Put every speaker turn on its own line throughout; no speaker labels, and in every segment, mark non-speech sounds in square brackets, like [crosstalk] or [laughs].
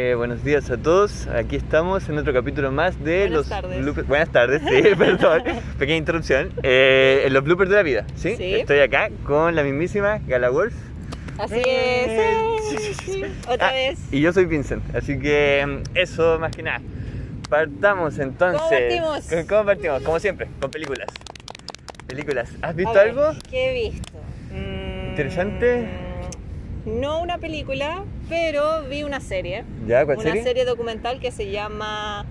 Eh, buenos días a todos, aquí estamos en otro capítulo más de
Buenas
los
tardes.
bloopers. Buenas tardes, sí, [laughs]
[laughs]
perdón, pequeña interrupción. Eh, en los bloopers de la vida, ¿sí?
Sí.
Estoy acá con la mismísima Gala Wolf.
Así
Sí,
es.
sí, sí.
Otra
Ah,
vez.
Y yo soy Vincent, así que mm, eso más que nada. Partamos entonces.
Compartimos.
Con- Compartimos, como siempre, con películas. Películas. ¿Has visto
A ver,
algo?
¿Qué he visto? Mm,
¿Interesante?
No una película, pero vi una serie.
¿Ya? ¿Cuál
una
serie?
documental que se llama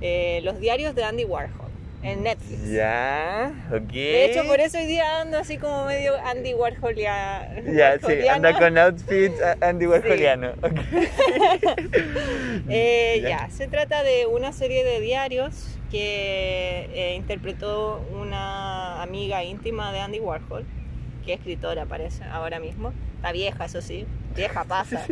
eh, Los diarios de Andy Warhol en Netflix.
Ya, ok.
De hecho, por eso hoy día ando así como medio Andy Warholia.
Ya, sí,
warholiana.
anda con outfit a- Andy Warholiano. ok.
Eh,
Ya.
ya. se trata de una serie de diarios que eh, interpretó una amiga íntima de Andy Warhol, que es escritora parece ahora mismo, está vieja eso sí,
[laughs]
vieja pasa,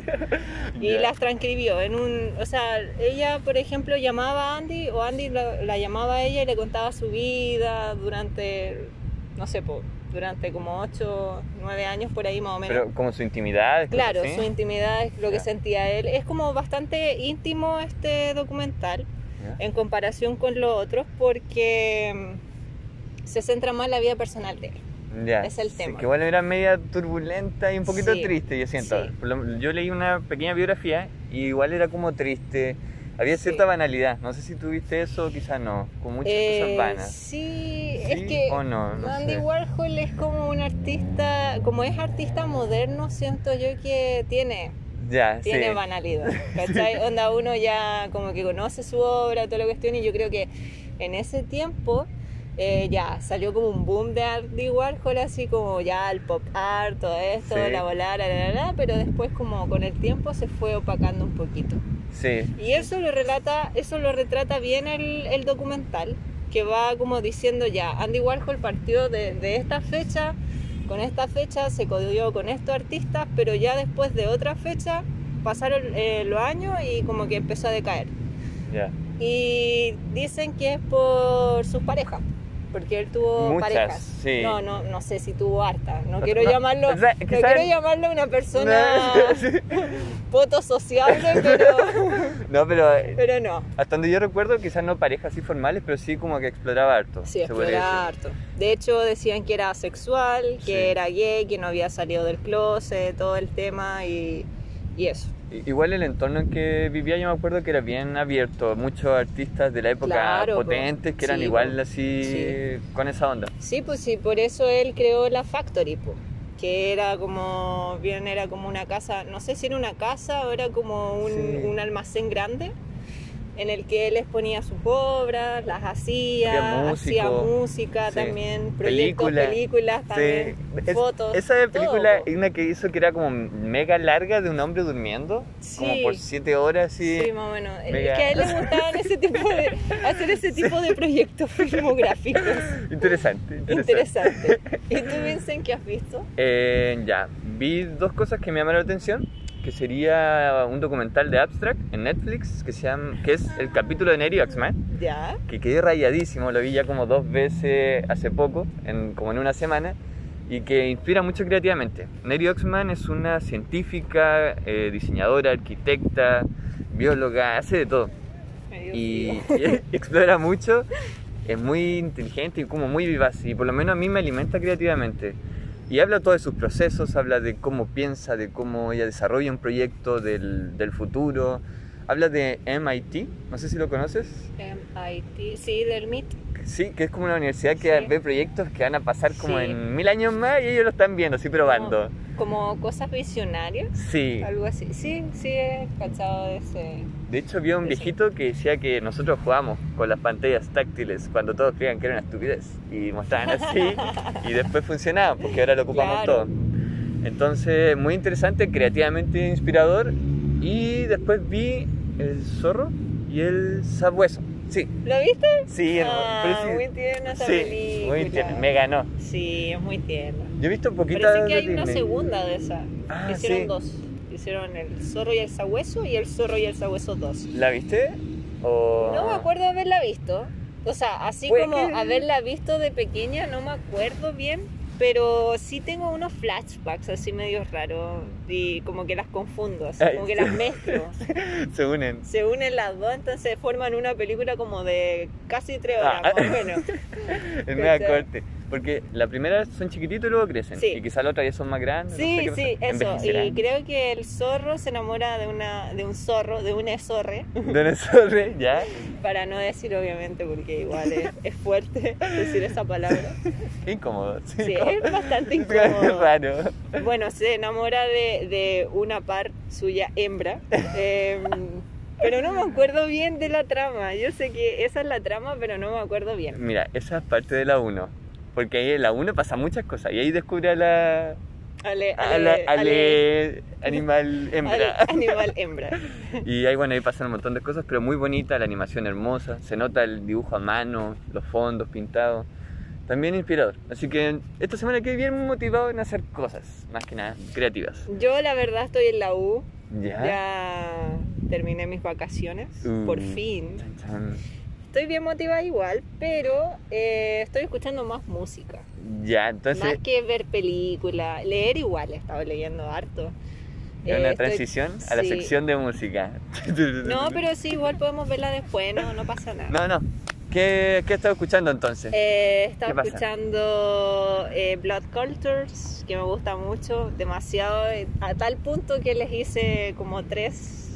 y
Ya.
las transcribió en un, o sea, ella por ejemplo llamaba a Andy o Andy la, la llamaba a ella y le contaba su vida durante, no sé, po, durante como 8, 9 años por ahí más o menos.
Pero como su intimidad. cosas
Claro,
así.
su intimidad es lo
Ya.
que sentía él. Es como bastante íntimo este documental
Ya.
en comparación con los otros porque mm, se centra más en la vida personal de él.
Ya.
es el
Sí,
tema.
que bueno, era media turbulenta y un poquito
Sí,
triste, yo siento.
sí.
Por lo- Yo leí una pequeña biografía y igual era como triste. Había
Sí.
cierta banalidad. No sé si tuviste eso, quizás no. Con muchas
Eh,
cosas vanas.
Sí,
¿Sí
es que
o no? No
Andy
sé.
Warhol es como un artista, como es artista moderno, siento yo que tiene
Ya,
tiene
sí.
banalidad.
[laughs]
¿Cachai? Onda uno ya como que conoce su obra, toda la cuestión, y yo creo que en ese tiempo eh, ya salió como un boom de Andy Warhol, así como ya el pop art, todo esto,
Sí.
la volada, la, la, la, pero después como con el tiempo se fue opacando un poquito.
Sí.
Y eso lo relata, eso lo retrata bien el, el documental, que va como diciendo ya, Andy Warhol partió de, de esta fecha, con esta fecha se codió con estos artistas, pero ya después de otra fecha pasaron eh, los años y como que empezó a decaer.
Ya.
Y dicen que es por sus parejas, porque él tuvo
Muchas,
parejas.
sí.
No, no, no sé si tuvo harta.
No,
No quiero
no,
llamarlo,
o sea,
no
quizás-
quiero llamarlo
[laughs]
una persona
Sí.
foto sociable, pero,
No, pero eh,
pero no.
hasta donde yo recuerdo, quizás no parejas así formales, pero sí como que exploraba harto.
Sí,
se podría
exploraba
decir.
harto. De hecho, decían que era asexual, que
Sí.
era gay, que no había salido del closet, todo el tema y, y eso.
I- Igual el entorno en que vivía yo me acuerdo que era bien abierto, muchos artistas de la época
Claro, po.
potentes que eran
Sí,
igual
po.
así con esa onda.
Sí, pues sí, por eso él creó la Factory, po, que era como, bien, era como una casa, no sé si era una casa o era como un,
Sí.
un almacén grande en el que él exponía sus obras, las hacía,
Había
hacía
músicos,
música
sí.
también, proyectos,
Películas.
películas también,
Sí. Es-
fotos.
esa película,
todo, po.
es una que hizo que era como mega larga de un hombre durmiendo, como
Sí.
por siete horas y...
Sí, más o menos. Es
Mega.
que a él le gustaban ese tipo
[laughs]
de, hacer ese tipo de proyectos filmográficos.
Interesante, interesante.
Interesante. ¿Y tú, Vincent, qué has visto?
Eh, ya, vi dos cosas que me llamaron la atención, que sería un documental de Abstract en Netflix, que, se llama, que es el capítulo de Neri Oxman.
¿Ya?
que quedé rayadísimo, lo vi ya como dos veces hace poco, en, como en una semana, y que inspira mucho creativamente. Neri Oxman es una científica, eh, diseñadora, arquitecta, bióloga, hace de todo.
Medio
Y,
frío.
[laughs] y explora mucho, es muy inteligente y como muy vivaz, y por lo menos a mí me alimenta creativamente. Y habla todo de sus procesos, habla de cómo piensa, de cómo ella desarrolla un proyecto, del, del futuro. Habla de MIT, no sé si lo conoces.
MIT, Em, sí, del MIT.
Sí, que es como una universidad que
Sí.
ve proyectos que van a pasar como
Sí.
en mil años más y ellos lo están viendo, así probando.
Como cosas visionarias,
Sí.
algo así. Sí, sí, he cachado de ese.
De hecho, vi a un
Eso.
viejito que decía que nosotros jugamos con las pantallas táctiles cuando todos creían que era una estupidez y mostraban así y después funcionaba porque ahora lo ocupamos
Claro.
todo. Entonces, muy interesante, creativamente inspirador y después vi el zorro y el sabueso. Sí,
¿Lo viste?
sí, hermano, pero
Ah,
sí.
muy tierna esa
Sí,
película.
muy tierno, me ganó.
Sí, es muy tierna.
Yo he visto poquitas
Parece que
de
hay una
Disney.
segunda de esa.
Ah,
Hicieron
sí.
dos. Hicieron el zorro y el sabueso y el zorro y el sabueso 2.
¿La viste? O...
No me acuerdo haberla visto. O sea, así
Pues
como
que-
haberla visto de pequeña, no me acuerdo bien. Pero sí tengo unos flashbacks así medio raros y como que las confundo, así,
Ay,
como que
sí. [laughs]
las mezclo.
[laughs] Se unen.
Se unen las dos, entonces forman una película como de casi tres horas,
Ah.
más o
[laughs]
menos.
Es media
¿Cachai?
corte. Porque la primera son chiquititos y luego crecen.
Sí.
Y quizá la otra ya son más grandes. no sé
Sí,
qué pasa.
sí, eso. Y
Envejecerán. [laughs]
creo que el zorro se enamora de una de un zorro, de un zorre,
De nosotros, ya.
para no decir obviamente porque igual es, es fuerte decir
[laughs]
esa palabra.
Qué incómodo. Sí,
Sí,
[laughs] como-
es bastante
Es
incómodo.
raro.
[laughs] Bueno, se enamora de, de una par suya
[laughs]
hembra. eh, pero no me acuerdo bien de la trama. Yo sé que esa es la trama, pero no me acuerdo bien.
Mira, esa es parte de la 1. Porque ahí en la 1 pasa muchas cosas. Y ahí descubre a la.
Ale,
A la,
ale-
a la-
ale-
animal hembra.
ale- animal hembra.
Y ahí, bueno, ahí pasan un montón de cosas, pero muy bonita, la animación hermosa, se nota el dibujo a mano, los fondos pintados, también inspirador. Así que esta semana quedé bien motivado en hacer cosas, más que nada, creativas.
Yo la verdad estoy en la U.
Ya.
Ya terminé mis vacaciones.
Uh.
Por fin.
Chan, chan.
Estoy bien motivada igual, pero eh, estoy escuchando más música.
Ya,
Más
entonces,
que ver película, leer igual, he estado leyendo harto.
es
Eh,
una
estoy-
transición a la
sí.
sección de música. [laughs]
No, pero sí, igual podemos verla después, no, no pasa nada.
No, no. ¿Qué, qué estás escuchando entonces?
Eh,
¿Qué
estaba
pasa?
escuchando eh, Blood Cultures, que me gusta mucho, demasiado, eh, a tal punto que les hice como tres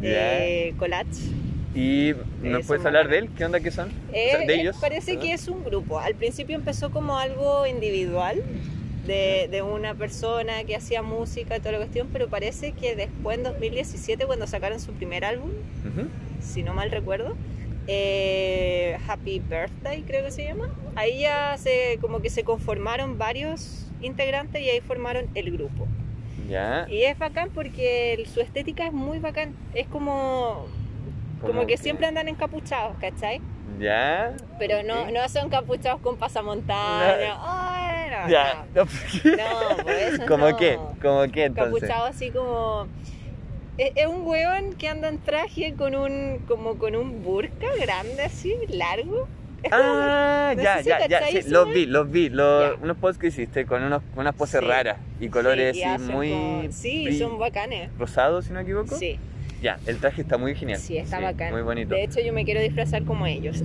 Ya.
eh, collages.
¿Y nos
eso
puedes
me
hablar
gusta.
de él? ¿Qué onda que son? O
Eh,
sea, de
eh,
ellos.
Parece
perdón.
que es un grupo. Al principio empezó como algo individual de, de una persona que hacía música y toda la cuestión, pero parece que después en 2017, cuando sacaron su primer álbum,
Ujú.
si no mal recuerdo, eh, Happy Birthday creo que se llama, ahí ya se, como que se conformaron varios integrantes y ahí formaron el grupo.
Ya.
Y es bacán porque el- su estética es muy bacán, es como, como que, siempre andan encapuchados, ¿cachai?
Ya.
Pero no,
Ok.
no son capuchados con pasamontaña. Ay, no,
Ya. No,
No, no, pues [laughs]
[laughs]
eso
¿Cómo
no.
qué? ¿Cómo qué entonces?
Capuchados así como... Es, es un weón que anda en traje con un, como con un burka grande así, largo. [laughs]
Ah,
No
ya,
sé si
ya, ya,
cacháis
sí,
eso,
los
¿no?
vi, los vi, los,
Ya.
unos posts que hiciste con unos, unas poses
Sí.
raras y colores
Sí, y
así
hacen
muy
como- Sí,
pri-
son bacanes.
rosados, si no me equivoco.
Sí,
Ya, el traje está muy genial.
sí, está bacán.
Muy bonito. [laughs] Ah,
De hecho, yo me quiero disfrazar como ellos.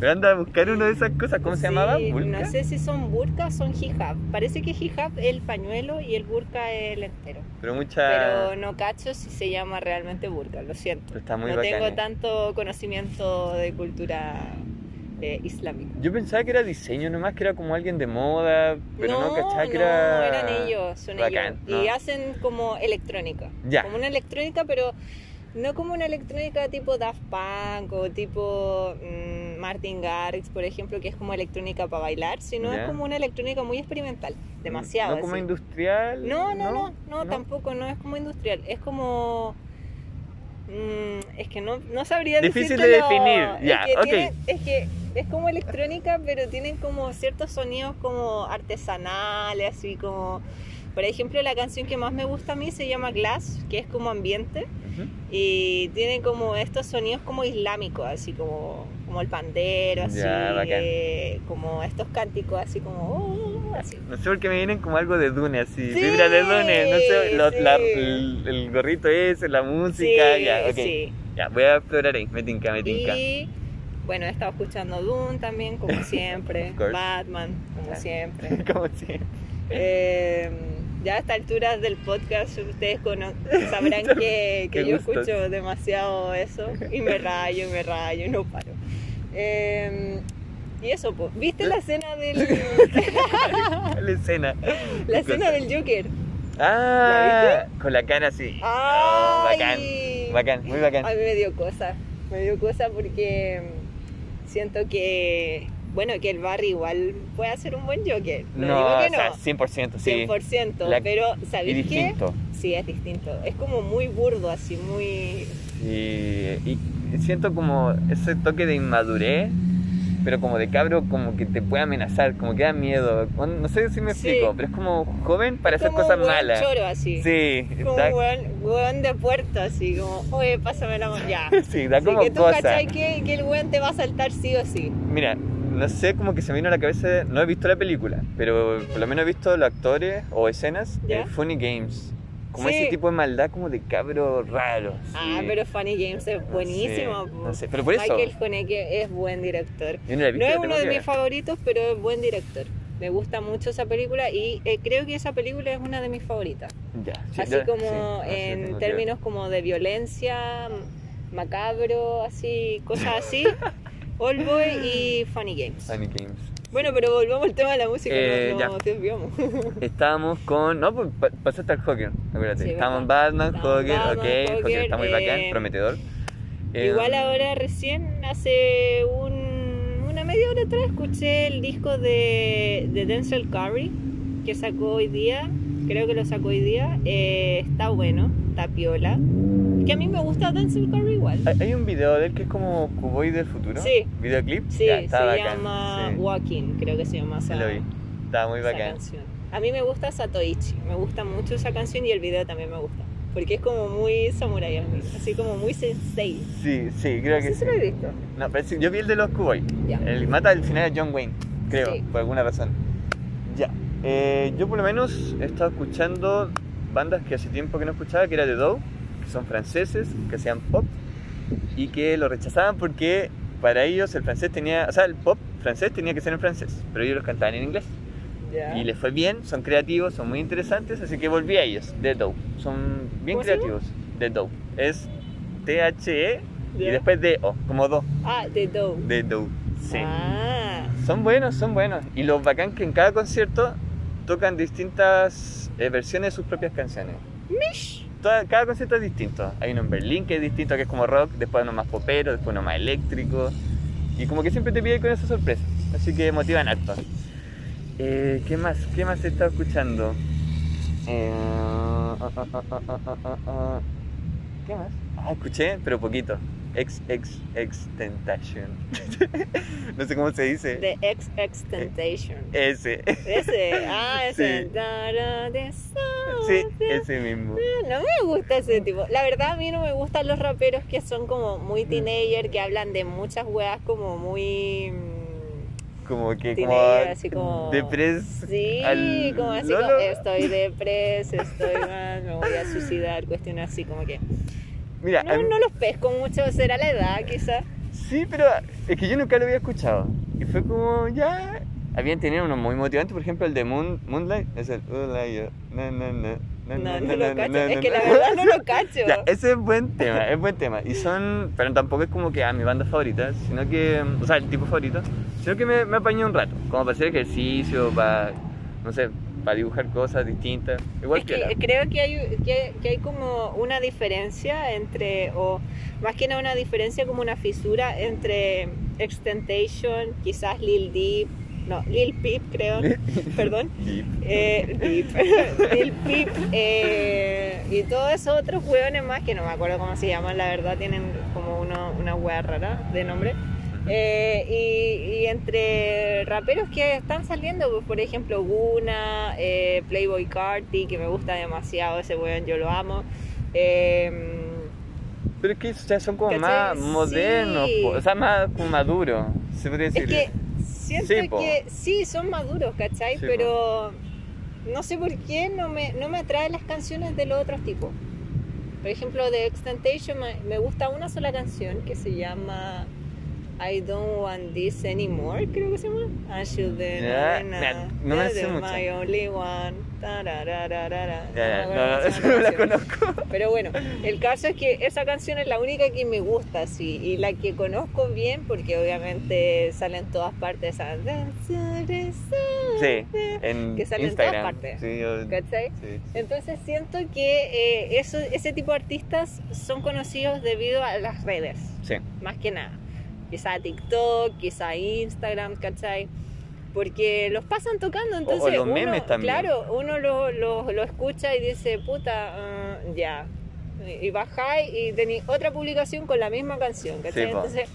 Pero anda a buscar una de esas cosas, [laughs] ¿cómo se
Sí,
llamaba? ¿Vulca?
No sé si son burka o son hijab. Parece que hijab es el pañuelo y el burka es el entero.
Pero mucha.
Pero no cacho si se llama realmente burka, lo siento.
pero está muy
no
bacán.
tengo
eh.
tanto conocimiento de cultura eh, islámica.
Yo pensaba que era diseño nomás, que era como alguien de moda, pero no, cachaba que
no,
era.
eran ellos, son
bacán,
ellos. Y
no.
hacen como electrónica.
Ya.
Como una electrónica, pero no como una electrónica tipo Daft Punk o tipo mm, Martin Garrix, por ejemplo, que es como electrónica para bailar, sino
Ya. Mm,
es como una electrónica muy experimental, demasiado.
No como
así.
industrial.
No, no, no, no, tampoco, no es como industrial, es como... mm, es que no, no sabría
Difícil de
decírtelo.
definir,
Es
ya,
que
ok.
tiene- es que es como electrónica, pero tienen como ciertos sonidos como artesanales, así como... Por ejemplo, la canción que más me gusta a mí se llama Glass, que es como ambiente,
Ujú.
y tiene como estos sonidos como islámicos, así como, como el pandero, así
Ya, bacán.
eh, como estos cánticos, así como... "Oh", así.
No sé por qué me vienen como algo de Dune, así,
Sí,
vibra de Dune, no sé, lo- la-
sí.
el, el gorrito ese, la música,
Sí,
ya, ok,
sí.
ya, voy a explorar ahí, me tinca, me tinca. [laughs]
Y bueno, he estado escuchando Dune también, como siempre.
Of course.
Batman, como
Ah. [laughs]
siempre.
Como siempre.
Eh, ya a esta altura del podcast ustedes
[laughs]
cono- sabrán que, que
Qué
yo
gustos.
escucho demasiado eso y me rayo, y me rayo, y no paro. Eh, y eso, po. ¿viste la
[laughs]
escena del,
La escena.
la escena del Joker?
Ah, con la cara así. Oh, bacán,
¡Ay!
bacán, muy bacán.
A mí me dio cosa, me dio cosa porque mm, siento que, bueno, que el Barry igual puede hacer un buen Joker. No, digo
o
que
sea,
no,
100%, sí.
100%,
La-
pero
Y
¿sabéis qué?
distinto.
Sí, es distinto. Es como muy burdo, así, muy...
Y, Eh, y siento como ese toque de inmadurez, pero como de cabro, como que te puede amenazar, como que da miedo. No sé si me
Sí.
explico, pero es como joven para hacer
como un
cosas
weón
malas.
choro, así.
Sí,
Como
da,
un weón, weón de puerto, así, como, oye,
[laughs]
pásame la mano ya.
sí, da
Así
como
que tú
cosa.
cachai que, que el weón te va a saltar sí o sí.
Mira, no sé, como que se me vino a la cabeza, no he visto la película, pero por lo menos he visto los actores o escenas
¿Ya?
en Funny Games. Como
Sí.
ese tipo de maldad, como de cabro raro.
Ah,
sí.
pero Funny Games es
No
buenísimo.
sé,
po.
no sé, pero por eso-
Michael Haneke es buen director.
Yo no la he
No
visto,
es
la tengo
uno de
que
mis
ver.
favoritos, pero es buen director. Me gusta mucho esa película y eh, creo que esa película es una de mis favoritas.
Ya, sí,
así
ya, sí,
como
ahora sí la tengo
en
que ver.
términos como de violencia, macabro, así, cosas
[laughs]
así. Old Boy y Funny Games.
Funny
[laughs]
Games.
Bueno, pero volvamos al tema de la música,
Eh,
no, no
ya.
desviamos.
Estábamos con. No, pues pa- pasaste al Joker, acuérdate.
Sí,
Estábamos en
verdad.
Batman,
Estábamos
Joker,
Batman,
ok. Joker,
Joker,
está muy
eh,
bacán, prometedor. Eh,
Igual ahora recién, hace un- una media hora atrás, escuché el disco de, de Denzel Curry que sacó hoy día, creo que lo sacó hoy día, Eh, está bueno, está piola. Que a mí me gusta Denzel Curry igual.
Hay hay un video de él que es como Cuboy del futuro.
Sí.
¿Videoclip?
Sí,
Ya,
se
está bacán,
llama
sí.
Walking, creo que se llama
Sí,
esa,
lo vi. Estaba muy
esa
bacán.
canción. A mí me gusta Satoichi, me gusta mucho esa canción y el video también me gusta, porque es como muy samurai, a mí, así como muy sensei.
Sí, sí, creo
No
que
sé si
sí.
lo he visto.
No, pero sí, yo vi el de los Cuboy.
Ya.
El mata al final es John Wayne, creo,
Sí.
por alguna razón. Ya. Eh, yo por lo menos he estado escuchando bandas que hace tiempo que no escuchaba, que era The Doe, que son franceses, que hacían pop, y que lo rechazaban porque para ellos el francés tenía, o sea, el pop francés tenía que ser en francés, pero ellos los cantaban en inglés.
Ya.
Y les fue bien, son creativos, son muy interesantes, así que volví a ellos, The Doe. Son bien
¿Cómo se llama?
creativos, The Doe. Es T-H-E y
Ya.
después D-O, como Do,
Ah, The Doe.
The Doe. Sí.
Ah,
Son buenos, son buenos. Y lo bacán que en cada concierto tocan distintas eh, versiones de sus propias canciones.
Mish.
Toda- cada concierto es distinto. Hay uno en Berlín que es distinto, que es como rock, después uno más popero, después uno más eléctrico. Y como que siempre te pide con esa sorpresa. Así que motivan harto. Eh, ¿Qué más? ¿Qué más he estado escuchando? Eh, ah, ah, ah, ah, ah, ah, ah. ¿Qué más? Ah, escuché, pero poquito. Ex, ex, ex Tentation. [laughs] no sé cómo se dice.
The XX Temptation. [laughs]
Ese. [laughs]
Ese, ah, ese.
Eh. Sí.
Da, da, de so-
Sí, ese mismo.
No me gusta ese tipo. La verdad, a mí no me gustan los raperos que son como muy teenager, que hablan de muchas weas como muy. mm,
Como que
Teenager, así como.
como depres
Sí,
al
como así
Lolo.
como. Estoy depres, estoy mal, me voy a suicidar, cuestiones así como que.
Mira, a
No,
mí-
no los pesco mucho, será la edad quizás.
sí, pero es que yo nunca lo había escuchado. Y fue como ya habían tenido uno muy motivante, por ejemplo, el de Moon Moonlight, es el oh, Moonlight. No, no, no. No,
No,
no, no,
no lo
no,
cacho.
no,
Es
no,
que la
no.
verdad no lo cacho.
Ya, ese es buen tema, es buen tema. Y son, pero tampoco es como que a mi banda favorita, sino que, o sea, el tipo favorito, sino que me, me apañé un rato, como para hacer ejercicio, para, no sé, para dibujar cosas distintas. Igual
Es
que,
que creo que hay, que, que hay como una diferencia entre, o más que nada una diferencia como una fisura entre Extentation, quizás Lil Deep, no, Lil Peep creo, perdón,
Sí.
eh, Peep, Lil Peep eh, y todos esos otros hueones más que no me acuerdo cómo se llaman, la verdad tienen como uno, una hueá rara de nombre. Eh, y, y entre raperos que están saliendo, pues, por ejemplo, Guna, eh, Playboy Carti, que me gusta demasiado ese weón, yo lo amo. Eh,
Pero es que o sea, son como
¿Cachai?
más modernos,
Sí.
po, o sea, más como maduros, se podría
es
decir.
que siento
Sí, po.
que sí, son maduros, ¿cachai?
Sí, po.
Pero no sé por qué no me, no me atraen las canciones de los otros tipos. Por ejemplo, de Extentation me, me gusta una sola canción que se llama I Don't Want This Anymore, creo que se llama. I shouldn't
Ya,
have
mira,
enough.
no me la
This
sé
is
mucho.
my only one. Tararararara. No me
Ya, ya,
acuerdo
no, [laughs] no, no
cómo se llama
la
canción.
conozco.
Pero bueno, el caso es que esa canción es la única que me gusta, sí, y la que conozco bien, porque obviamente sale en todas partes esa...
Sí, en
mm, Que sale en todas
Instagram.
partes.
Sí, yo-
¿Cachai?
sí.
Entonces siento que eh, eso- ese tipo de artistas son conocidos debido a las redes,
Sí.
más que nada. Quizá TikTok, quizá Instagram, ¿cachai? Porque los pasan tocando, entonces
los
uno,
memes también.
claro, uno lo, lo- lo escucha y dice, puta, ah, ya. Y bajáis y tenéis otra publicación con la misma canción, ¿cachai?
Sí, po.
entonces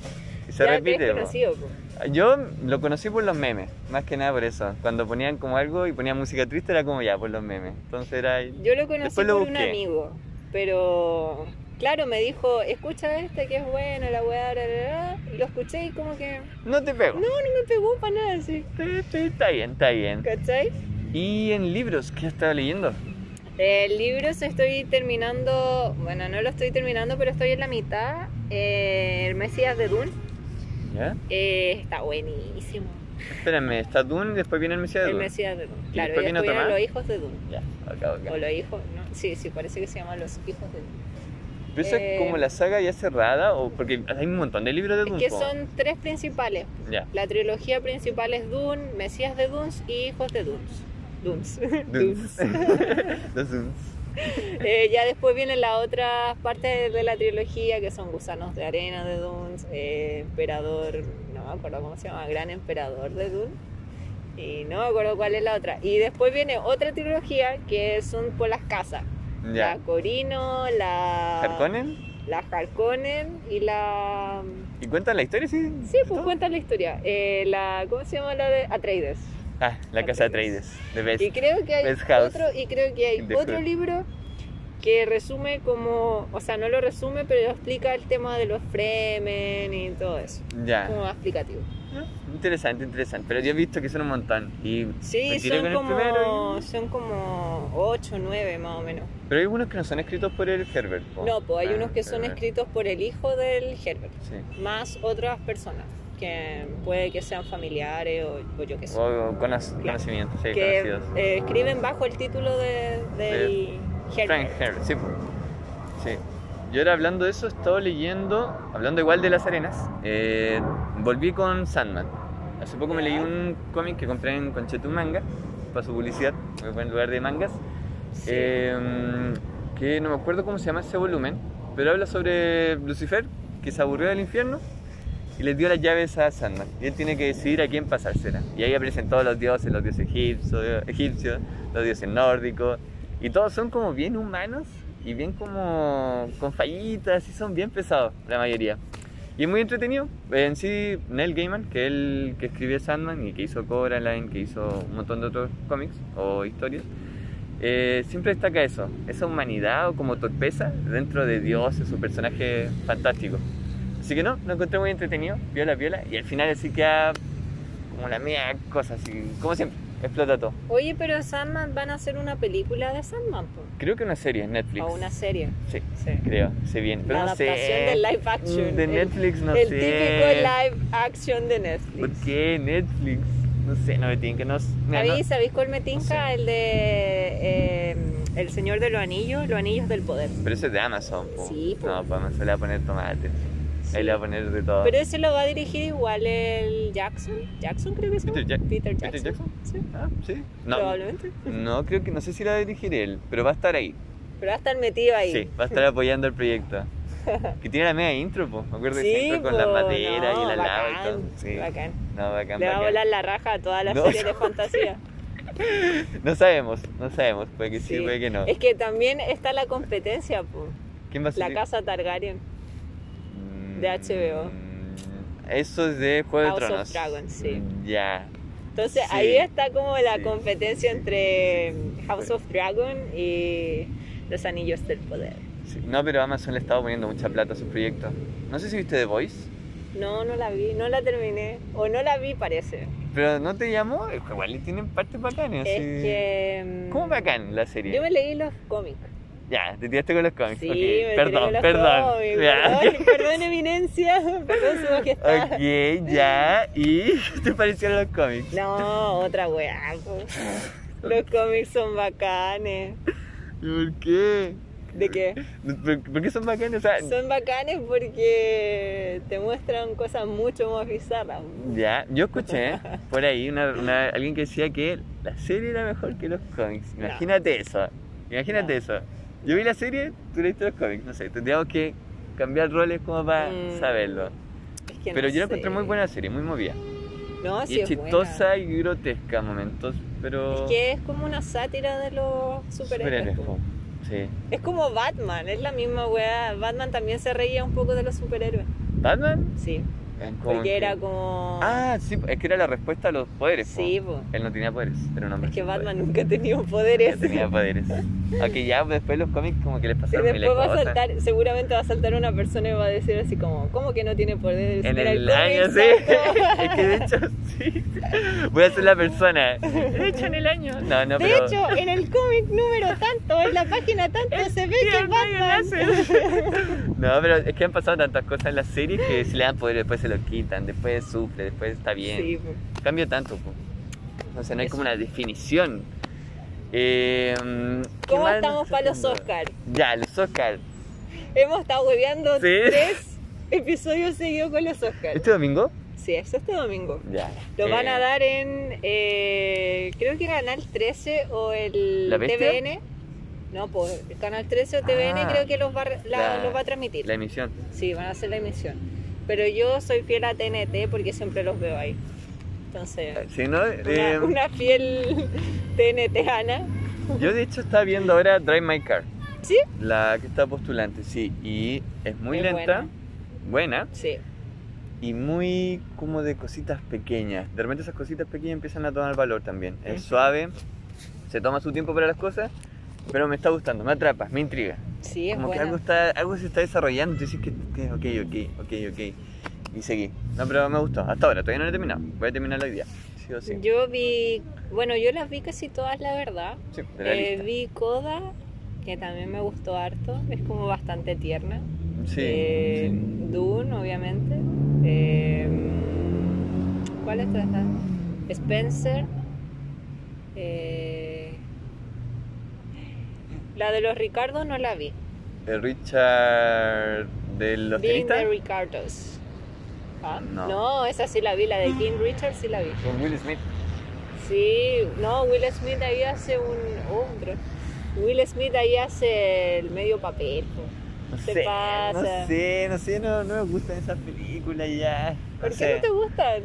Y se
ya que
repite.
es
po.
conocido, po.
Yo lo conocí por los memes, más que nada por eso. Cuando ponían como algo y ponían música triste era como ya, por los memes. Entonces era...
Yo lo conocí
Después lo
por un
busqué.
amigo, pero Claro, me dijo, escucha este que es bueno, la weá, la, la, la", y lo escuché y como que
No te pego.
no, no me pegó para nada así,
Sí, sí, está bien, está bien.
¿cachai?
¿Y en libros qué has estado leyendo?
Eh, libros estoy terminando, bueno, no lo estoy terminando, pero estoy en la mitad, eh, El Mesías de Dune,
¿Ya?
eh, está buenísimo,
Espérame, está Dune y después viene el Mesías de
El
Dune.
Mesías de Dune,
¿Y
claro,
después
y
viene
después
otro más?
eran Los Hijos de Dune,
Ya, acá,
o
acá.
Los Hijos, ¿no? Sí, sí, parece que se llaman Los Hijos de Dune.
¿Pero esa es como la saga ya cerrada? o Porque hay un montón de libros de
Eh, Es
Dune.
que
po.
son tres principales. [laughs]
Ya.
La trilogía principal es Dune, Mesías de Dunes y Hijos de Dunes. Dunes. Dunes.
[laughs] Los Dunes.
Eh, ya después vienen las otras partes de la trilogía que son Gusanos de Arena de Dunes, eh, Emperador, no me acuerdo cómo se llama, Gran Emperador de Dune. Y no me acuerdo cuál es la otra. Y después viene otra trilogía que son por las casas.
Ya.
La Corino, la...
¿Harkonnen?
La Harkonnen y la...
¿Y cuentan la historia, sí?
Sí, pues
¿Todo?
cuenta la historia. Eh, la, ¿Cómo se llama la de Atreides?
Ah, la casa de Atreides, de Best.
Y creo que hay
Best House
otro, y creo que hay
in the
otro
Hood.
libro que resume como, o sea, no lo resume, pero explica el tema de los Fremen y todo eso. Como
Ya.
más explicativo.
Interesante, interesante. Pero yo he visto que son un montón. Y me
Sí,
tiré con
son
el primero
como,
y-
son como 8 o 9 más o menos.
Pero hay unos que no son escritos por el Herbert. po.
No, pues hay
Ah,
unos que son
Herbert.
escritos por el hijo del Herbert,
Sí.
más otras personas que puede que sean familiares o, o yo qué sé.
O o cono- conocimientos, sí,
que
conocidos.
eh, escriben bajo el título de, del
Frank
Herbert.
Herbert, sí. po. Sí. Yo ahora hablando de eso, he estado leyendo, hablando igual de las arenas, eh, volví con Sandman. Hace poco me
Ya.
leí un cómic que compré en Conchetum Manga, para su publicidad, muy buen lugar de mangas.
Sí.
Eh, que no me acuerdo cómo se llama ese volumen, pero habla sobre Lucifer, que se aburrió del infierno y les dio las llaves a Sandman. Y él tiene que decidir a quién pasársela. Y ahí aparecen todos los dioses, los dioses egipcios, egipcios los dioses nórdicos, y todos son como bien humanos y bien como con fallitas, y son bien pesados, la mayoría. Y es muy entretenido. En sí, Neil Gaiman, que él que escribió Sandman y que hizo Cobra Line, que hizo un montón de otros cómics o historias, eh, siempre destaca eso, esa humanidad o como torpeza dentro de Dios, es un personaje fantástico. Así que no, lo encontré muy entretenido, viola, viola, y al final así queda como la media cosa, así, como siempre, explota todo.
Oye, pero Sandman van a hacer una película de Sandman, po,
Creo que una serie en Netflix.
o una serie.
Sí,
Sí.
creo, se viene. Pero
La
no sé.
adaptación del live action.
De
el-
Netflix, no
el
sé.
típico live action de
¿Por
Netflix.
qué Netflix? No sé, no me tienen que nos. mira, no-
Ahí, ¿sabéis cuál me tinca?
No sé.
El de eh, El Señor de los Anillos, Los Anillos del Poder.
Pero eso es de Amazon, po.
Sí, po.
No, pues Amazon le va a poner tomate.
Sí.
Ahí le va a poner de todo.
Pero ese lo va a dirigir igual el Jackson. Jackson creo que se llama.
Peter Jack-
Peter Jackson.
¿Peter
Sí,
Ah, sí. No,
probablemente.
no creo que. No sé si la va a dirigir él, pero va a estar ahí.
Pero va a estar metido ahí.
Sí, va a estar apoyando el
[laughs]
proyecto. Que tiene la media intro, po. Me acuerdo de esa
Sí,
intro con
po,
la madera
no,
y la lava y
bacán,
todo. Sí.
Bacán.
No, bacán,
Le va a
bacán.
volar la raja a todas las
No.
series de
[laughs]
fantasía.
No sabemos, no sabemos. Puede que sí,
Sí.
puede que no.
Es que también está la competencia, po.
¿Quién va a
la
salir?
casa Targaryen.
Mm,
de HBO.
Eso es de Juego
House
de
of
Tronos. Mm,
Dragons, sí.
Ya.
Entonces
Sí.
ahí está como la
Sí.
competencia
Sí.
entre mm,
Sí.
House of Dragon y los Anillos del Poder.
Sí. No, pero Amazon le estaba poniendo mucha plata a sus proyectos. No sé si viste The Voice,
No, no la vi, no la terminé. O no la vi, parece.
pero ¿no te llamó? Es que Igual le tienen partes bacanas.
Es
Ah, sí.
que. mm,
¿Cómo bacán la serie?
Yo me leí los cómics.
Ya, te tiraste con los cómics.
Sí,
Ah, ok,
me
Perdón,
tiré los
perdón.
cómics.
Ya.
Perdón, perdón, Eminencia. Perdón, su majestad.
[laughs] Ok, ya. ¿Y [laughs] qué te parecieron los cómics?
No, otra weá.
[laughs]
po. Los cómics son bacanes.
¿Y ¿Por qué?
¿De qué?
¿Por, por qué son bacanes? O sea,
Son bacanes porque te muestran cosas mucho más bizarras.
Ya, yo escuché por ahí una, una- alguien que decía que la serie era mejor que los cómics.
No.
Imagínate eso. Imagínate
No.
eso. Yo vi la serie, tú leíste los cómics. No sé, tendríamos que cambiar roles como para
Mm,
saberlo.
Es que no
Pero yo la
sé.
encontré muy buena serie, muy movida.
No, sí
y
es buena.
chistosa y grotesca a momentos, pero.
Es que es como una sátira de los superhéroes.
superhéroes,
po.
po. Sí.
Es como Batman, es la misma weá. Batman también se reía un poco de los superhéroes.
¿Batman?
Sí.
En Coventry.
Porque era como...
Ah, sí, es que era la respuesta a los poderes. po.
sí, po.
Él no tenía poderes, era un hombre.
Es que
sin
Batman
[laughs] poderes.
nunca ha tenido poderes.
No
[laughs]
tenía poderes. Aunque ya después los cómics como que les
Y
pasaron mil
después va a
cosas.
saltar, seguramente va a saltar una persona y va a decir así como, ¿cómo que no tiene poderes?
En
Era
el
cómic,
año, sí. [laughs]
saco.
es que de hecho, sí. Voy a ser la persona. De hecho, en el año. No, no,
De
pero... [laughs]
hecho, en el cómic número tanto, en la página tanto, se ve que Batman... [laughs]
No, pero es que han pasado tantas cosas en la serie que si le dan poder después se lo quitan, después sufre, después está bien.
Sí, po.
Cambio tanto. po. O sea, no hay
Eso.
como una definición. Eh, ¿qué
¿Cómo
más
estamos
nos
para los
tocó?
Oscar?
Ya, los Oscar.
Hemos estado hueveando
Sí.
tres episodios seguidos con los Oscars.
¿Este domingo?
Sí, es este domingo.
Ya.
Lo van a
Eh,
dar en, eh, creo que Canal 13 o el
¿La Bestia?
TVN. No, pues el Canal 13 o TVN
Ah,
creo que los va, a- la-
la-
los va a transmitir.
La emisión.
Sí, van a hacer la emisión. Pero yo soy fiel a TNT porque siempre los veo ahí. Entonces,
Si no,
una,
eh,
una fiel TNT Ana.
yo de hecho estaba viendo ahora Drive My Car.
¿Sí?
La que está postulante, sí. Y es muy
Es
lenta, buena.
Sí.
y muy como de cositas pequeñas. De repente esas cositas pequeñas empiezan a tomar valor también. Es
Ujú.
suave, se toma su tiempo para las cosas, pero me está gustando, me atrapa, me intriga.
Sí, es
como
buena.
que algo, está, algo se está desarrollando, tú dices que, que ok, ok, ok, ok. Y seguí. No, pero me gustó. Hasta ahora, todavía no lo he terminado. Voy a terminar la idea. Sí o sí.
Yo vi, bueno, yo las vi casi todas, la verdad.
Sí, de la
Eh,
lista.
vi Coda, que también me gustó harto, es como bastante tierna.
Sí,
Eh,
sí.
Dune, obviamente. Eh, ¿Cuál es otra? Spencer. Eh, la de los Ricardos no la vi.
El Richard de los
Being
tenistas.
the Ricardos. ¿Ah?
No.
No. esa sí la vi, la de King Richard sí la vi.
Con Will Smith.
Sí, no, Will Smith ahí hace un hombre. Will Smith ahí hace el medio papel. po.
No
Te
sé, no
pasa.
sé, no sé, no, no me gustan esas películas ya. No
¿Por qué
sé.
no te gustan?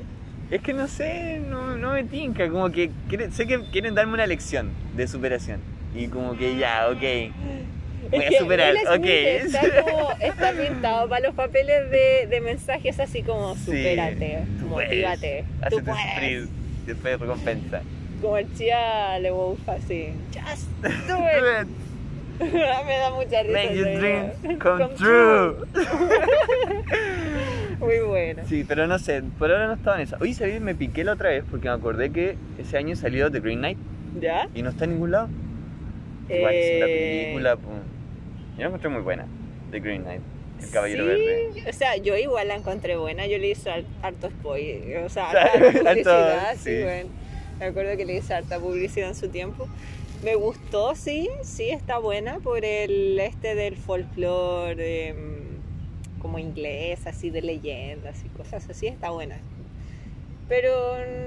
Es que no sé, no, no me tinca, como que quiere- sé que quieren darme una lección de superación. Y como que ya, ok. Voy
Es
a
que
superar,
Will
ok.
Smith
[laughs]
Está, como, está pintado para los papeles de, de mensajes así como
Sí,
supérate,
tú puedes,
motívate, tú
Hazte
puedes.
sufrir, después recompensa.
Como el chía le bufa así. Just
[laughs]
do it. [laughs]
Do it,
Me da mucha risa.
Make
ese
your
video.
dreams come true.
Muy bueno.
Sí, pero no sé, por ahora no estaba en esa. Oye, ¿sabes? Me piqué la otra vez porque me acordé que ese año salió The Green Knight
¿Ya?
y no está en ningún lado. Igual es la
Eh,
película. pum. Yo la encontré muy buena. The Green Knight, El Caballero
sí,
Verde.
O sea, yo igual la encontré buena. Yo le hice har- harto spoiler.
[laughs]
O sea,
Claro,
harta publicidad.
harto,
sí,
sí.
bueno. Me acuerdo que le hice harta publicidad en su tiempo. Me gustó, sí, sí, está buena por el este del folclore em, como inglés, así de leyendas y cosas así, está buena. Pero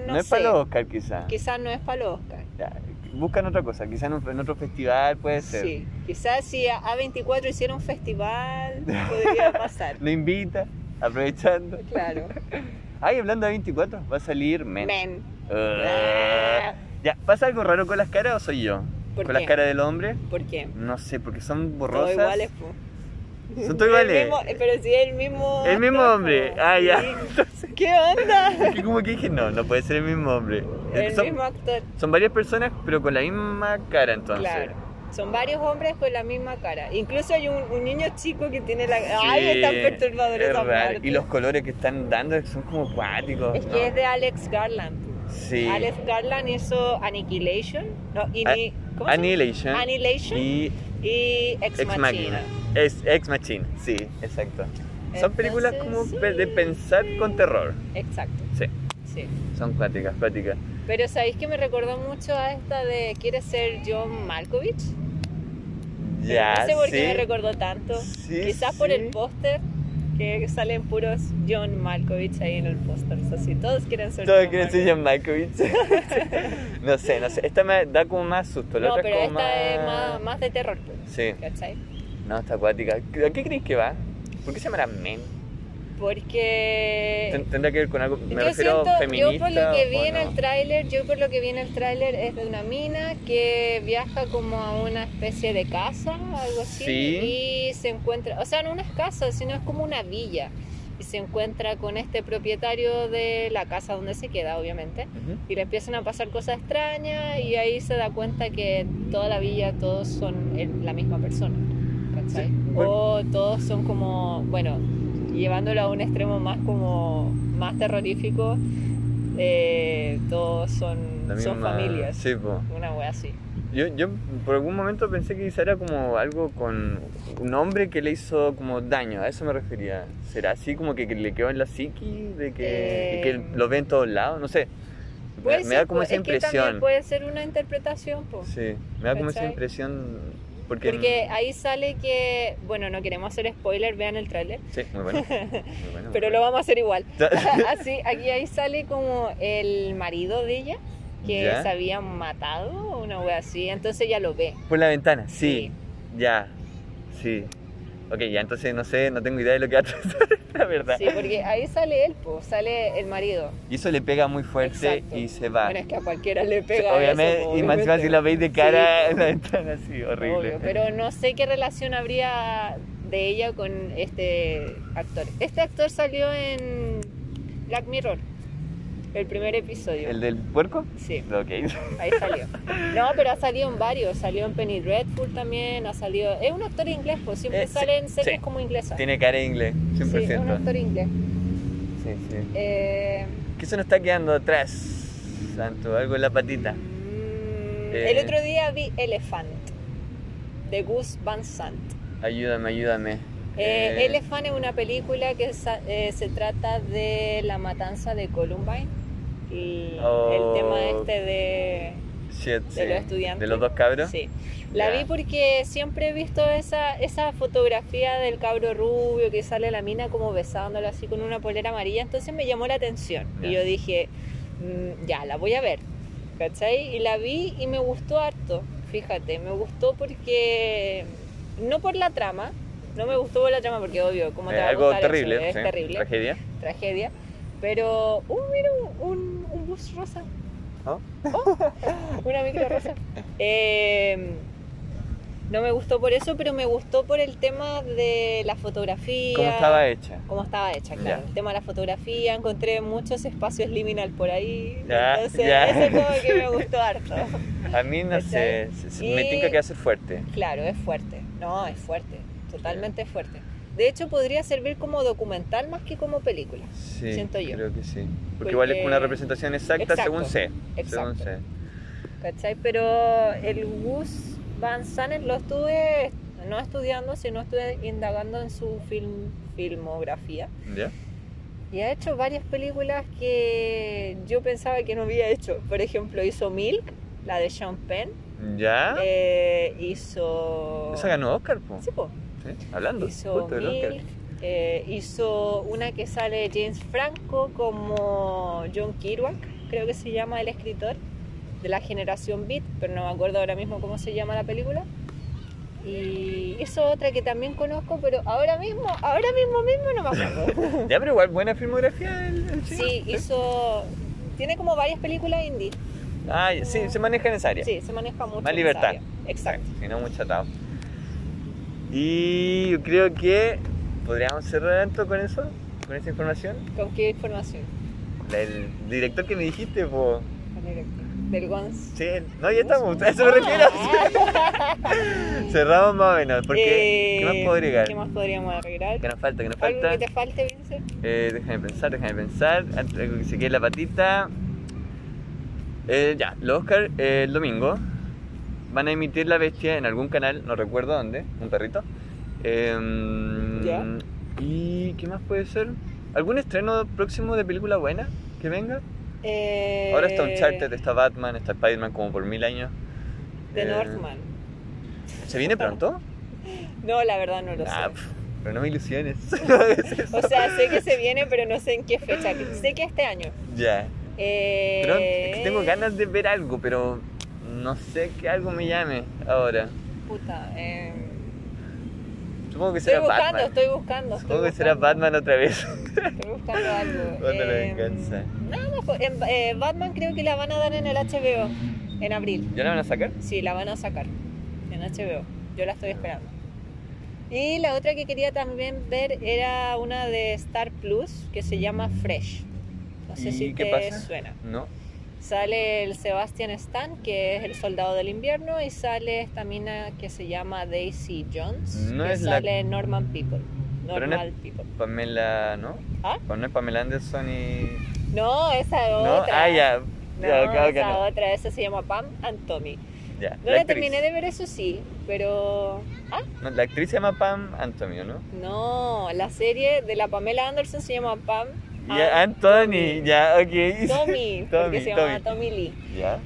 no,
No, es
sé,
para los Oscar, quizá.
quizás no es para los Oscar.
Ya, buscan otra cosa, quizá en, un- en otro festival puede ser.
Sí, quizás si a- A24 hiciera
[laughs]
un festival podría pasar.
Lo invita, aprovechando.
Claro.
Ay, hablando de 24, va a salir Men.
Men.
Ah. ya, ¿pasa algo raro con las caras o soy yo?
¿Por
¿Con
qué?
las caras del hombre?
¿Por qué?
No sé, porque son
Todos
borrosas.
iguales, po.
Son todos iguales.
El mismo- pero sí, el mismo.
El mismo
actor,
hombre.
po.
Ah, ya.
Sí.
Entonces,
¿Qué
[laughs]
onda?
es que como que dije, no, no puede ser el mismo hombre. Es que
El
son,
mismo actor,
son varias personas, pero con la misma cara entonces.
claro. Son varios hombres con la misma cara. Incluso hay un, un niño chico que tiene la. Ay,
Sí,
es tan perturbador
es
esa
raro.
parte.
Y los colores que están dando son como acuáticos.
Es que
¿no?
es de Alex Garland. po.
Sí.
Alex Garland hizo Annihilation. No, y ni- ¿cómo se llama?
Annihilation.
Annihilation y,
y
Ex,
Ex
Machina.
Machina. Es Ex Machina, sí, exacto. Son películas como
Entonces,
pe- de
sí.
pensar con terror.
Exacto.
Sí,
Sí.
son cuáticas, cuáticas.
Pero sabéis que me recordó mucho a esta de ¿Quieres ser John Malkovich?
Ya,
No sé por
sí.
qué me recordó tanto.
Sí,
Quizás por
sí.
el póster que salen puros John Malkovich ahí en el póster. O sea, si todos quieren ser
Todo
John
quiere decir
Malkovich.
John Malkovich. [laughs] no sé, no sé. Esta me da como más susto. La
No,
otra
pero
es
esta
como
es más, más de terror, pues,
Sí,
¿cachai?
no, está acuática. ¿A qué crees que va? ¿Por qué se llamará men?
Porque
Ten- ¿Tendrá que ver con algo? Me
yo
refiero
Eh, siento,
feminista.
yo por lo que vi
o
en
no?
el tráiler, yo por lo que vi en el tráiler es de una mina que viaja como a una especie de casa, algo así,
Sí.
y se encuentra, o sea, no unas casas, sino es como una villa. Y y se encuentra con este propietario de la casa donde se queda, obviamente.
Ujú.
Y le empiezan a pasar cosas extrañas y ahí se da cuenta que en toda la villa todos son el- la misma persona. ¿cachai?
Sí, bueno.
O todos son como, bueno, llevándolo a un extremo más como más terrorífico, eh, todos son,
La
son
misma-
familias.
Sí, po.
Una wea así.
Yo, yo por algún momento pensé que quizá era como algo con un hombre que le hizo como daño, a eso me refería. ¿Será así como que, que le quedó en la psiqui? De que,
Eh.
que él lo ve en todos lados, no sé. Me, me da como
pues,
esa
es que también
impresión.
puede ser una interpretación, po.
Sí, me da como esa
¿Cachai?
impresión porque...
Porque ahí sale que, bueno, no queremos hacer spoiler, vean el tráiler,
Sí, muy bueno.
[laughs]
muy bueno,
pero
muy
lo vamos a
[laughs]
hacer igual.
bueno.
[laughs] Así, aquí ahí sale como el marido de ella, que
Ya.
se habían matado, o una wea así, entonces ella lo ve.
Por la ventana, sí, ya, sí. Ok, ya entonces no sé, no tengo idea de lo que va a [laughs] tratar, la verdad.
Sí, porque ahí sale él, po, sale el marido.
Y eso le pega muy fuerte
Exacto.
y se va.
Bueno, es que a cualquiera le
Sí,
pega.
obviamente,
eso, po,
y más encima si
obviamente.
la veis de cara
Sí,
en la ventana, sí, horrible.
obvio, pero no sé qué relación habría de ella con este actor. Este actor salió en Black Mirror, el primer episodio.
¿El del puerco?
Sí, [laughs]
Ok.
ahí salió. No, pero ha salido en varios. Salió en Penny Dreadful también, ha salido... Es un actor inglés, pues siempre
Eh, sí,
salen series
sí.
como inglesas.
Tiene cara de inglés,
Sí, es un
100%.
actor inglés.
Sí, sí.
Eh,
Que eso nos está quedando atrás, Santo, algo en la patita.
mm,
Eh.
El otro día vi Elephant, de Gus Van Sant.
Ayúdame, ayúdame.
Eh,
Eh,
Elephant es una película que sa- eh, se trata de la matanza de Columbine y
Oh.
el tema este de,
shit, sí.
de los estudiantes.
¿De los dos cabros?
Sí. La
Ya.
vi porque siempre he visto esa, esa fotografía del cabro rubio que sale la mina como besándolo así con una polera amarilla, entonces me llamó la atención.
Ya.
Y yo dije, "Mm, ya, la voy a ver. ¿Cachai? Y la vi y me gustó harto, fíjate, me gustó porque, no por la trama, no me gustó por la trama porque obvio, como
Eh,
te va a
algo
gustar eso?
terrible,
es
sí,
terrible,
Tragedia.
tragedia. Pero, uh, mira, un, un bus rosa.
¿Ah?
Oh, una micro
[laughs]
rosa. Eh, no me gustó por eso, pero me gustó por el tema de la fotografía.
¿Cómo estaba hecha?
cómo estaba hecha, claro.
Ya.
El tema de la fotografía, encontré muchos espacios liminal por ahí.
Ya,
entonces,
ya.
eso como
[laughs]
que me gustó harto.
A mí no sé, se- se- me
Y-
tinca que hace fuerte.
Claro, es fuerte. No, es fuerte. Totalmente fuerte. De hecho, podría servir como documental más que como película.
Sí,
Siento yo.
creo que sí. Porque, igual es como una
Porque-
representación exacta
Exacto,
según sé. Según
Exacto.
sé.
¿Cachai? Pero el Gus Van Sant lo estuve, no estudiando, sino estuve indagando en su film, filmografía.
¿Ya?
Y ha hecho varias películas que yo pensaba que no había hecho. Por ejemplo, hizo Milk, la de Sean Penn.
¿Ya?
eh, hizo...
Ah. Esa ganó Oscar, po.
Sí, po.
Sí, Hablando,
Hizo
justo del Oscar.
Milk. eh, hizo una que sale James Franco como John Kerouac, creo que se llama el escritor, de la generación Beat, pero no me acuerdo ahora mismo cómo se llama la película. Y hizo otra que también conozco, pero ahora mismo, ahora mismo mismo no
[laughs]
me acuerdo.
Ya, pero igual, buena filmografía el, el chico.
sí, hizo... Tiene como varias películas indie.
Ah, ya, sí, se maneja en esa área.
Sí, se maneja mucho.
Más
en
libertad.
esa área. Exacto.
Si no, mucho atado. Y yo creo que podríamos cerrar tanto con eso, con esa información.
¿Con qué información?
La- El director que me dijiste, po.
Con el- Del Guns.
Sí, no, ya estamos, a eso me
[laughs]
refiero. Cerramos más o menos, porque
Eh,
¿qué más puedo agregar?
¿Qué más podríamos agregar?
Que nos falta, que nos
¿Algo
falta.
que te falte, Vincent?
Eh, déjame pensar, déjame pensar. Antes de que se quede la patita. Eh, ya, los Oscar eh, el domingo van a emitir La Bestia en algún canal, no recuerdo dónde, un perrito. Eh,
Ya.
¿Y qué más puede ser? ¿Algún estreno próximo de película buena que venga?
Eh,
Ahora está Uncharted, está Batman, está Spider-Man como por mil años.
The
Eh,
Northman.
¿Se viene pronto?
No, la verdad no lo
Ah, pues.
sé.
pf, pero no me
[laughs]
ilusiones. [laughs]
O sea, sé que se viene, pero no sé en qué fecha. Sé que este año.
ya.
Eh,
Pero es que tengo ganas de ver algo, pero no sé que algo me llame ahora.
Puta, eh,
Supongo que
estoy
será
buscando,
Batman.
estoy buscando. estoy
Supongo que será
buscando.
Batman otra vez.
Estoy
[laughs]
buscando algo. Em,
Otra venganza.
nada más, pues, en- eh, Batman creo que la van a dar en el HBO en abril.
¿Ya la van a sacar?
Sí, la van a sacar en HBO. Yo la estoy esperando. Y la otra que quería también ver era una de Star Plus que se llama Fresh. No sé
¿Y
si
qué
te
pasa?
suena.
No,
Sale el Sebastian Stan, que es el soldado del invierno, y sale esta mina que se llama Daisy Jones,
No
que
es la-
sale Norman People.
Pero no es-
Normal People.
Pamela, ¿no?
¿Ah?
Pues no es Pamela Anderson y...
No, esa es
¿No?
otra.
Ah, ya.
No,
ya, claro que
esa
no.
otra, esa se llama Pam and Tommy.
Ya,
No
la
la
actriz.
terminé de ver, eso sí, pero
No, la actriz se llama Pam Antonio, ¿no?
no, la serie de la Pamela Anderson se llama Pam
Y ah, Anthony, ya, ok.
Ah,
[laughs]
Tommy,
Tommy,
porque se llama
Tommy.
Tommy Lee.
Ya.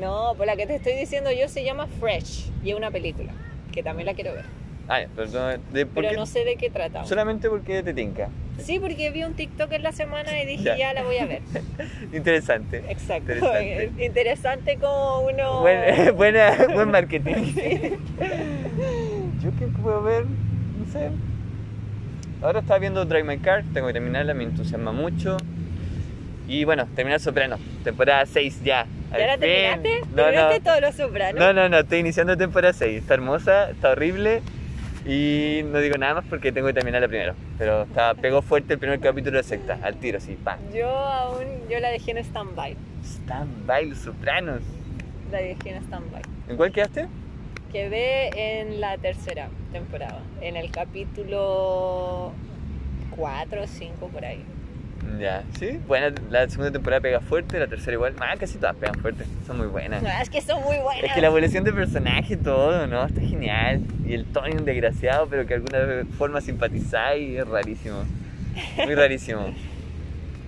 No, por la que te estoy diciendo yo se llama Fresh y es una película que también la quiero ver,
Ah, ya, pero no, de, ¿por
pero
qué?
no sé de qué trata.
Solamente porque te tinca.
Sí, porque vi un TikTok en la semana y dije
Ya.
ya, la voy a
[laughs]
ver.
Interesante.
Exacto.
Interesante.
Es [laughs] interesante como uno.
Buen, [laughs] buena, buen
[laughs]
marketing. ¿Yo qué puedo ver? No sé. Ahora estaba viendo Drive My Car, tengo que terminarla, me entusiasma mucho. Y bueno, terminar Soprano, temporada 6 ya.
¿Ya la
Al fin.
terminaste?
No, no,
¿Terminaste todos los sopranos?
no, no, no, estoy iniciando temporada 6. Está hermosa, está horrible. Y no digo nada más porque tengo que terminarla primero. Pero estaba, pegó fuerte el primer capítulo de secta, al tiro, así, pam.
Yo aún, yo la dejé en stand-by.
Stand-by, los sopranos.
La dejé en stand-by.
¿En cuál quedaste?
Quedé en la tercera temporada, en el capítulo 4 o 5 por ahí.
Ya, sí. Bueno, la segunda temporada pega fuerte, la tercera igual. Ah, casi todas pegan fuerte, son muy buenas.
No, Ah, es que son muy buenas.
Ah. Es que la evolución de personaje, todo, ¿no? Está genial. Y el Tony, un desgraciado, pero que de alguna forma simpatizáis, es rarísimo. Muy
[laughs]
rarísimo.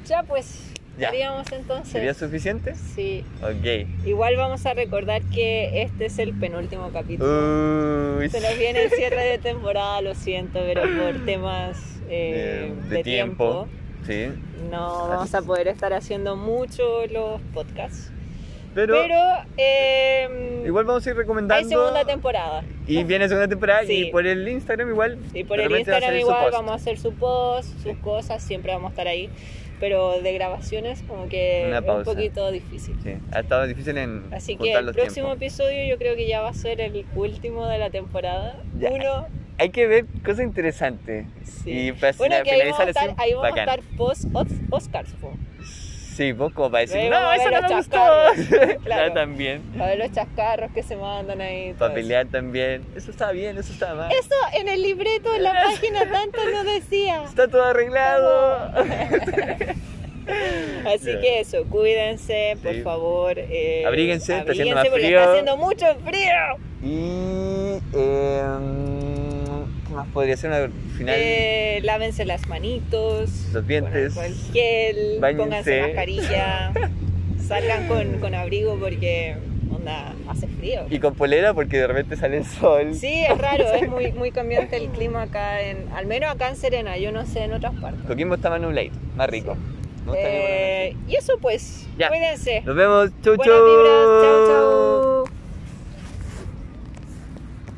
Ya pues,
Ya.
haríamos entonces.
¿Sería suficiente?
Sí.
Ok.
Igual vamos a recordar que este es el penúltimo capítulo.
Uy,
Se nos viene el cierre de temporada, lo siento, pero por temas eh,
eh, de, tiempo. Sí.
no vamos a poder estar haciendo mucho los podcasts.
Pero,
Pero, eh,
igual vamos a ir
hay
recomendando.
segunda temporada.
Y viene segunda temporada
Sí.
y por el Instagram igual.
Y por
de
el
repente va a
Instagram
salir su
igual
post.
vamos a hacer su post, sus cosas, siempre vamos a estar ahí. Pero de grabaciones como que
Una
es un
pausa.
poquito difícil.
Sí, ha estado difícil en
Así que
juntar
el
los
próximo
tiempos.
episodio yo creo que ya va a ser el último de la temporada.
Ya.
Uno,
Hay que ver cosas interesantes.
sí.
Y pues, para final-
bueno, que ahí vamos a
finalizar
estar,
así,
ahí vamos
bacán.
a estar post Os- Oscars, po.
Sí, vos como para decir,
Ahí vamos
no,
a
eso
ver
no
los
me gustó.
chascarros. [laughs] Claro.
Ya también.
a ver los chascarros que se mandan ahí. todo
Para pelear también. Eso estaba bien, eso estaba mal.
eso. Eso en el libreto,
[laughs]
en la página tanto no decía.
Está todo arreglado.
Así
Ya.
que eso, cuídense, por
Sí.
favor. eh,
Abríguense, está haciendo más
abríguense porque
frío.
está haciendo mucho frío.
[laughs] Y. Eh, ¿Qué más podría ser? Una final.
Eh, lávense las manitos,
Los dientes.
con alcohol gel,
Báñense.
pónganse
[laughs]
mascarilla, salgan con, con abrigo porque onda hace frío.
Y con polera porque de repente sale el sol.
Sí, es raro, es muy, muy cambiante el clima acá, en, al menos acá en Serena, yo no sé en otras partes.
Coquimbo está más nublado, más rico. Me gusta que-
Eh, y eso pues,
Ya.
cuídense.
Nos vemos. Chau,
Buenas
chau.
vibras, chau, chau.